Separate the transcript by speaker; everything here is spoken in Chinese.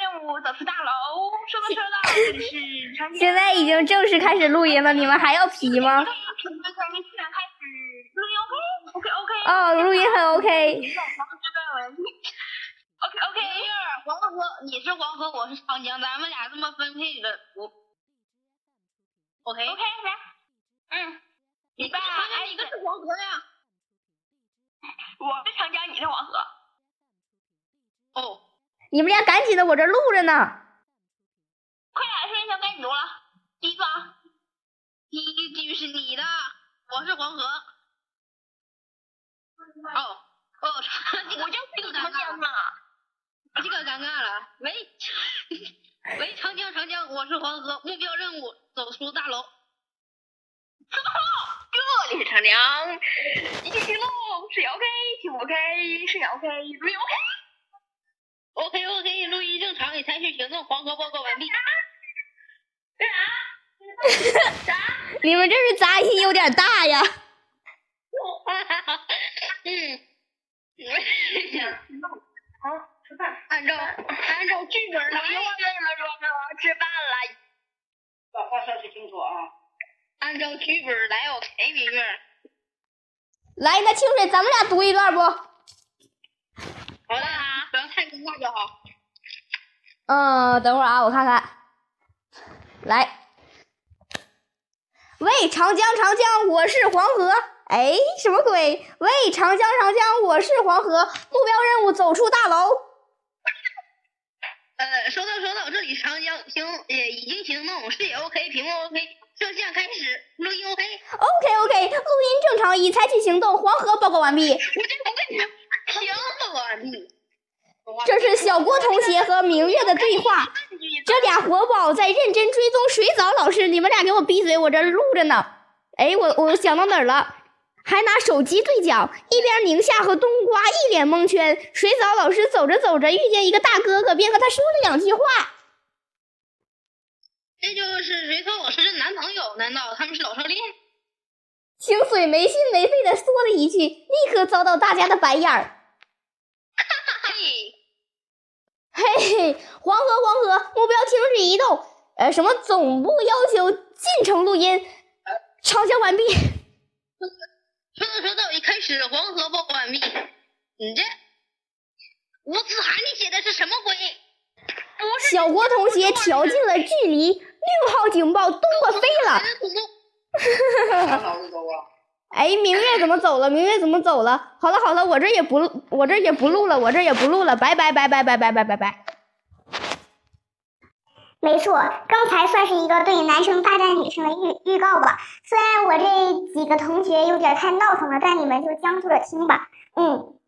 Speaker 1: 上午，早出大楼，说到 说到，这里是长
Speaker 2: 现在已经正式开始录音了，你们还要皮吗
Speaker 1: 可？以评论咱们现在开始录音，OK？OK OK。
Speaker 2: 哦，录音很 OK。
Speaker 1: OK OK，黄河，你是黄河，我是长江，咱们俩这么分配的图。OK OK，来，嗯，你爸哎，一个是黄河呀，我是长江，你是黄河。哦，
Speaker 2: 你们俩赶紧的，我这录着呢。
Speaker 1: 快点，现在该你读了，第一个啊，第一句是你的，我是黄河。哦哦， 我就这个尴尬了，这个尴尬了。 喂喂，长江长江，我是黄河，目标任务走出大楼。这里是长江，一起录是 OK，是 OK，是 OK，录 OK。OK OK，录音正常，已采取行动，黄河报告完毕。
Speaker 2: 你们这是杂音有点大呀。
Speaker 1: 嗯，好，吃饭。按照按照剧本来。我又忘了说我要吃饭了。
Speaker 3: 把话说清楚啊！
Speaker 1: 按照剧本来，OK，明月。
Speaker 2: 来，那清水，咱们俩读一段不？
Speaker 1: 好的啊，不要太尴尬就好。
Speaker 2: 嗯，等会儿啊，我看看。来，喂，长江，长江，我是黄河。哎，什么鬼？喂，长江，长江，我是黄河。目标任务走出大楼。
Speaker 1: 呃，收到收到，这里长江行也已经行动，视野 OK，屏幕 OK，摄像开始，录音 OK。
Speaker 2: OK OK，录音正常，已采取行动，黄河报告完毕。
Speaker 1: 我这不跟你们停死我！你
Speaker 2: 这是小郭同学和明月的对话。这俩活宝在认真追踪水藻老师，你们俩给我闭嘴，我这录着呢。哎，我我想到哪儿了？还拿手机对讲，一边宁夏和冬瓜一脸蒙圈。水藻老师走着走着遇见一个大哥哥，便和他说了两句话。
Speaker 1: 这就是谁说我是这男朋友？难道他们是老少恋？
Speaker 2: 清水没心没肺的说了一句，立刻遭到大家的白眼儿。
Speaker 1: 嘿，
Speaker 2: 嘿嘿，黄河黄河，目标停止移动。呃，什么总部要求进城录音，长江完毕。
Speaker 1: 说到说到，一开始黄河报完毕，你这吴子涵你写的是什么鬼？不是
Speaker 2: 小郭同学调近了距离，六号警报东瓜飞了。
Speaker 1: 的土豆，
Speaker 3: 满脑子都啊！
Speaker 2: 哎，明月怎么走了？明月怎么走了？好了好了，我这也不录，我这也不录了，我这也不录了，拜拜拜拜拜拜拜拜拜。
Speaker 4: 没错，刚才算是一个对男生大战女生的预预告吧。虽然我这几个同学有点太闹腾了，但你们就将就着听吧。嗯，